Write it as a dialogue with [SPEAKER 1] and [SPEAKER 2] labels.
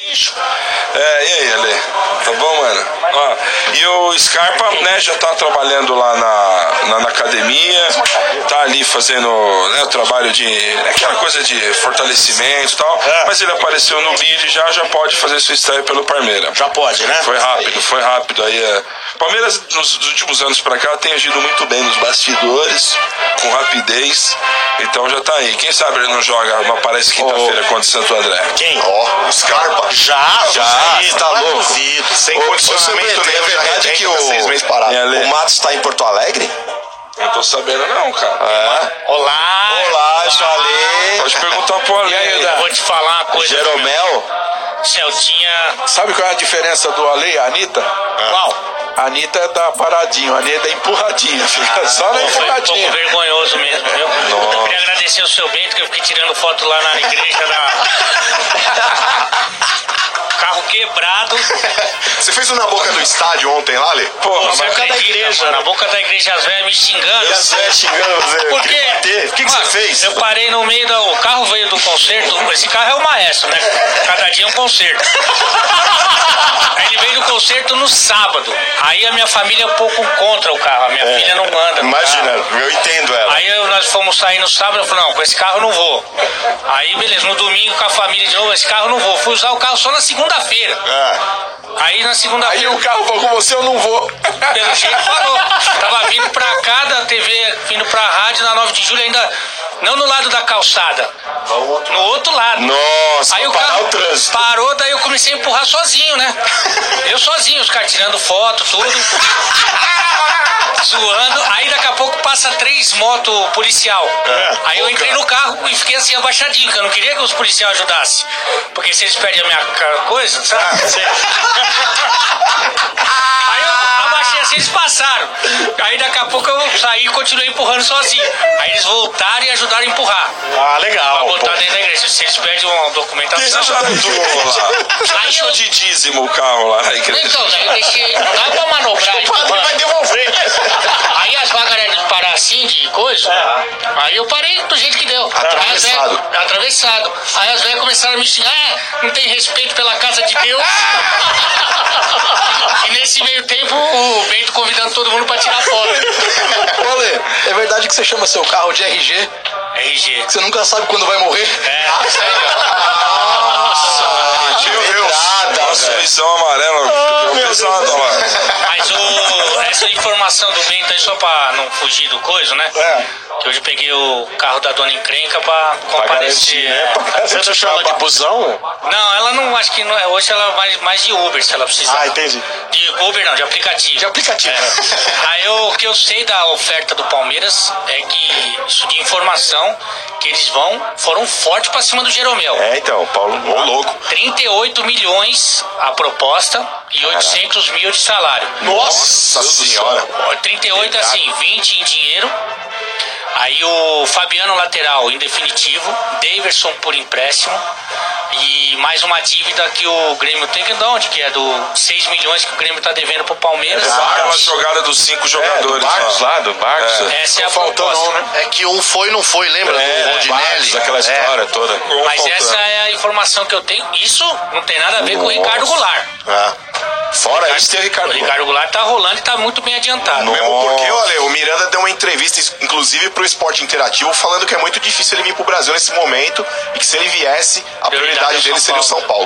[SPEAKER 1] bicho. É, e aí, Ale? Tá bom, mano? Ó, e o Scarpa, né, já tá trabalhando lá na, na, na academia, tá ali fazendo né, o trabalho de. aquela coisa de fortalecimento e tal.
[SPEAKER 2] É.
[SPEAKER 1] Mas ele apareceu no bid já, já pode fazer sua estreia pelo Parmeira.
[SPEAKER 2] Já pode, né?
[SPEAKER 1] Foi rápido, foi rápido aí. é. Palmeiras, nos nos últimos anos pra cá, tem agido muito bem nos bastidores, com rapidez. Então já tá aí. Quem sabe ele não joga, não aparece quinta-feira contra o Santo André.
[SPEAKER 2] Quem?
[SPEAKER 3] Ó, o Scarpa.
[SPEAKER 2] Já,
[SPEAKER 3] Já,
[SPEAKER 2] duvido,
[SPEAKER 3] tá
[SPEAKER 2] mas
[SPEAKER 3] louco.
[SPEAKER 2] duvido, sem
[SPEAKER 3] Ô, ô,
[SPEAKER 2] condicionamento
[SPEAKER 3] Silvete,
[SPEAKER 2] mesmo.
[SPEAKER 3] É verdade que o,
[SPEAKER 2] seis meses parado.
[SPEAKER 1] É, Ale.
[SPEAKER 3] o Matos tá em Porto Alegre?
[SPEAKER 1] Não tô sabendo, não, cara.
[SPEAKER 3] É.
[SPEAKER 2] Olá!
[SPEAKER 3] Olá, Joalê.
[SPEAKER 1] Pode perguntar pro Ale.
[SPEAKER 2] Vou te falar uma coisa.
[SPEAKER 3] Jeromel.
[SPEAKER 2] Celtinha.
[SPEAKER 4] Sabe qual é a diferença do Ale e a Anitta?
[SPEAKER 2] Qual?
[SPEAKER 4] A Anitta dá paradinho, a Anitta é empurradinha, fica só na
[SPEAKER 5] Pô, Foi um pouco
[SPEAKER 4] empurradinha.
[SPEAKER 5] vergonhoso mesmo, viu? Eu queria agradecer o seu Bento, que eu fiquei tirando foto lá na igreja da. Carro quebrado,
[SPEAKER 3] Você fez um na boca do estádio ontem lá, Lê?
[SPEAKER 1] Pô, mas-
[SPEAKER 5] na boca da igreja, na boca da igreja as velhas me xingando.
[SPEAKER 3] Eu sei, xingando você. eu
[SPEAKER 5] Por
[SPEAKER 3] queria
[SPEAKER 5] quê?
[SPEAKER 3] bater. O que, que você
[SPEAKER 5] Mano,
[SPEAKER 3] fez?
[SPEAKER 5] Eu parei no meio da. O carro veio do concerto. Esse carro é o maestro, né? Cada dia é um concerto. Aí ele veio do concerto no sábado. Aí a minha família é um pouco contra o carro. A minha filha não anda.
[SPEAKER 3] É,
[SPEAKER 5] no
[SPEAKER 3] Imagina,
[SPEAKER 5] carro.
[SPEAKER 3] eu entendo ela.
[SPEAKER 5] Aí eu- nós fomos sair no sábado, eu falei, não, com esse carro eu não vou. Aí, beleza, no domingo com a família de novo, esse carro eu não vou. Fui usar o carro só na segunda-feira.
[SPEAKER 3] Ah,
[SPEAKER 5] Aí na
[SPEAKER 4] Aí
[SPEAKER 5] segunda-feira,
[SPEAKER 4] o carro falou com você, eu não vou.
[SPEAKER 5] pelo jeito, parou. Tava vindo pra cá da TV, vindo pra rádio na 9 de julho, ainda não no lado da calçada, no outro lado.
[SPEAKER 3] nossa,
[SPEAKER 5] Aí
[SPEAKER 3] pra
[SPEAKER 5] o
[SPEAKER 3] parar
[SPEAKER 5] carro
[SPEAKER 3] o trânsito.
[SPEAKER 5] parou, daí eu comecei a empurrar sozinho, né? Eu sozinho, os caras tirando foto, tudo. Zoando, aí daqui a pouco passa três motos policial.
[SPEAKER 3] É,
[SPEAKER 5] aí eu entrei no carro e fiquei assim abaixadinho, porque eu não queria que os policiais ajudassem. Porque se eles perdem a minha ca- coisa,
[SPEAKER 3] Ah,
[SPEAKER 5] sabe? Aí eu abaixei assim, eles passaram. Aí daqui a pouco eu saí e continuei empurrando sozinho. Aí eles voltaram e ajudaram a empurrar.
[SPEAKER 2] Ah, legal.
[SPEAKER 5] Pra
[SPEAKER 2] pô.
[SPEAKER 5] botar dentro da igreja. Se eles pedem uma documentação.
[SPEAKER 1] Você já doou lá. Já
[SPEAKER 5] Aí
[SPEAKER 1] deixou
[SPEAKER 5] eu-
[SPEAKER 1] de dízimo o carro lá na igreja.
[SPEAKER 5] Então, daí eu deixei. Dá pra manobrar.
[SPEAKER 3] O padre vai devolver.
[SPEAKER 5] Aí as vagas eram de parar assim, de coisa. Aí eu parei do jeito que deu.
[SPEAKER 3] Atravessado.
[SPEAKER 5] Aí as velhas- atravessado. Aí as velhas começaram a me xingar. "Ah, Não tem respeito pela casa de Deus. e nesse meio tempo, o Bento convidando todo mundo pra tirar foto.
[SPEAKER 6] Ô, Ale, é verdade que você chama seu carro de RG?
[SPEAKER 5] RG.
[SPEAKER 6] Que você nunca sabe quando vai morrer?
[SPEAKER 5] É,
[SPEAKER 3] Meu Deus.
[SPEAKER 1] Nossa, missão amarela, deu pesado lá.
[SPEAKER 5] Mas o- essa informação do Bento aí, só pra não fugir do coisa, né? É. Que hoje eu peguei o carro da dona encrenca pra comparecer. é.
[SPEAKER 2] Você deixou ela de busão? né?
[SPEAKER 5] Não, ela não, acho que não é. Hoje ela vai mais de Uber, se ela precisar.
[SPEAKER 2] Ah, entendi.
[SPEAKER 5] De Uber não, de aplicativo.
[SPEAKER 6] De aplicativo.
[SPEAKER 5] É. Aí eu- o que eu sei da oferta do Palmeiras é que, isso de informação, que eles vão, foram forte pra cima do Jeromel.
[SPEAKER 3] É, então, Paulo. Ô, louco.
[SPEAKER 5] 38 milhões a proposta e 800 mil de salário.
[SPEAKER 3] Nossa senhora.
[SPEAKER 5] 38 assim, 20 em dinheiro. Aí o Fabiano lateral em definitivo, Daverson por empréstimo e mais uma dívida que o Grêmio tem que dar onde que é do 6 milhões que o Grêmio tá devendo pro Palmeiras.
[SPEAKER 1] É Aquela jogada dos cinco jogadores
[SPEAKER 3] Barcos
[SPEAKER 1] É, lá.
[SPEAKER 3] lá, É, do Barcos.
[SPEAKER 1] É.
[SPEAKER 5] Essa é a proposta.
[SPEAKER 6] né?
[SPEAKER 3] É que um foi e não foi, lembra?
[SPEAKER 6] É,
[SPEAKER 3] do
[SPEAKER 2] Barcos,
[SPEAKER 3] Rondinelli.
[SPEAKER 1] É.
[SPEAKER 3] É.
[SPEAKER 2] aquela história toda.
[SPEAKER 1] Um
[SPEAKER 5] Mas
[SPEAKER 1] faltando.
[SPEAKER 5] essa é a informação que eu tenho. Isso não tem nada a ver com o Ricardo Goulart.
[SPEAKER 3] Ah. Fora isso, tem o
[SPEAKER 5] O
[SPEAKER 3] Ricardo.
[SPEAKER 5] Ricardo Goulart tá rolando e tá muito bem adiantado.
[SPEAKER 3] Mesmo porque, olha, o Miranda deu uma entrevista, inclusive, pro Esporte Interativo, falando que é muito difícil ele vir pro Brasil nesse momento e que se ele viesse, a
[SPEAKER 5] Prioridade
[SPEAKER 3] prioridade
[SPEAKER 5] é o
[SPEAKER 3] dele
[SPEAKER 5] São
[SPEAKER 3] seria o São Paulo.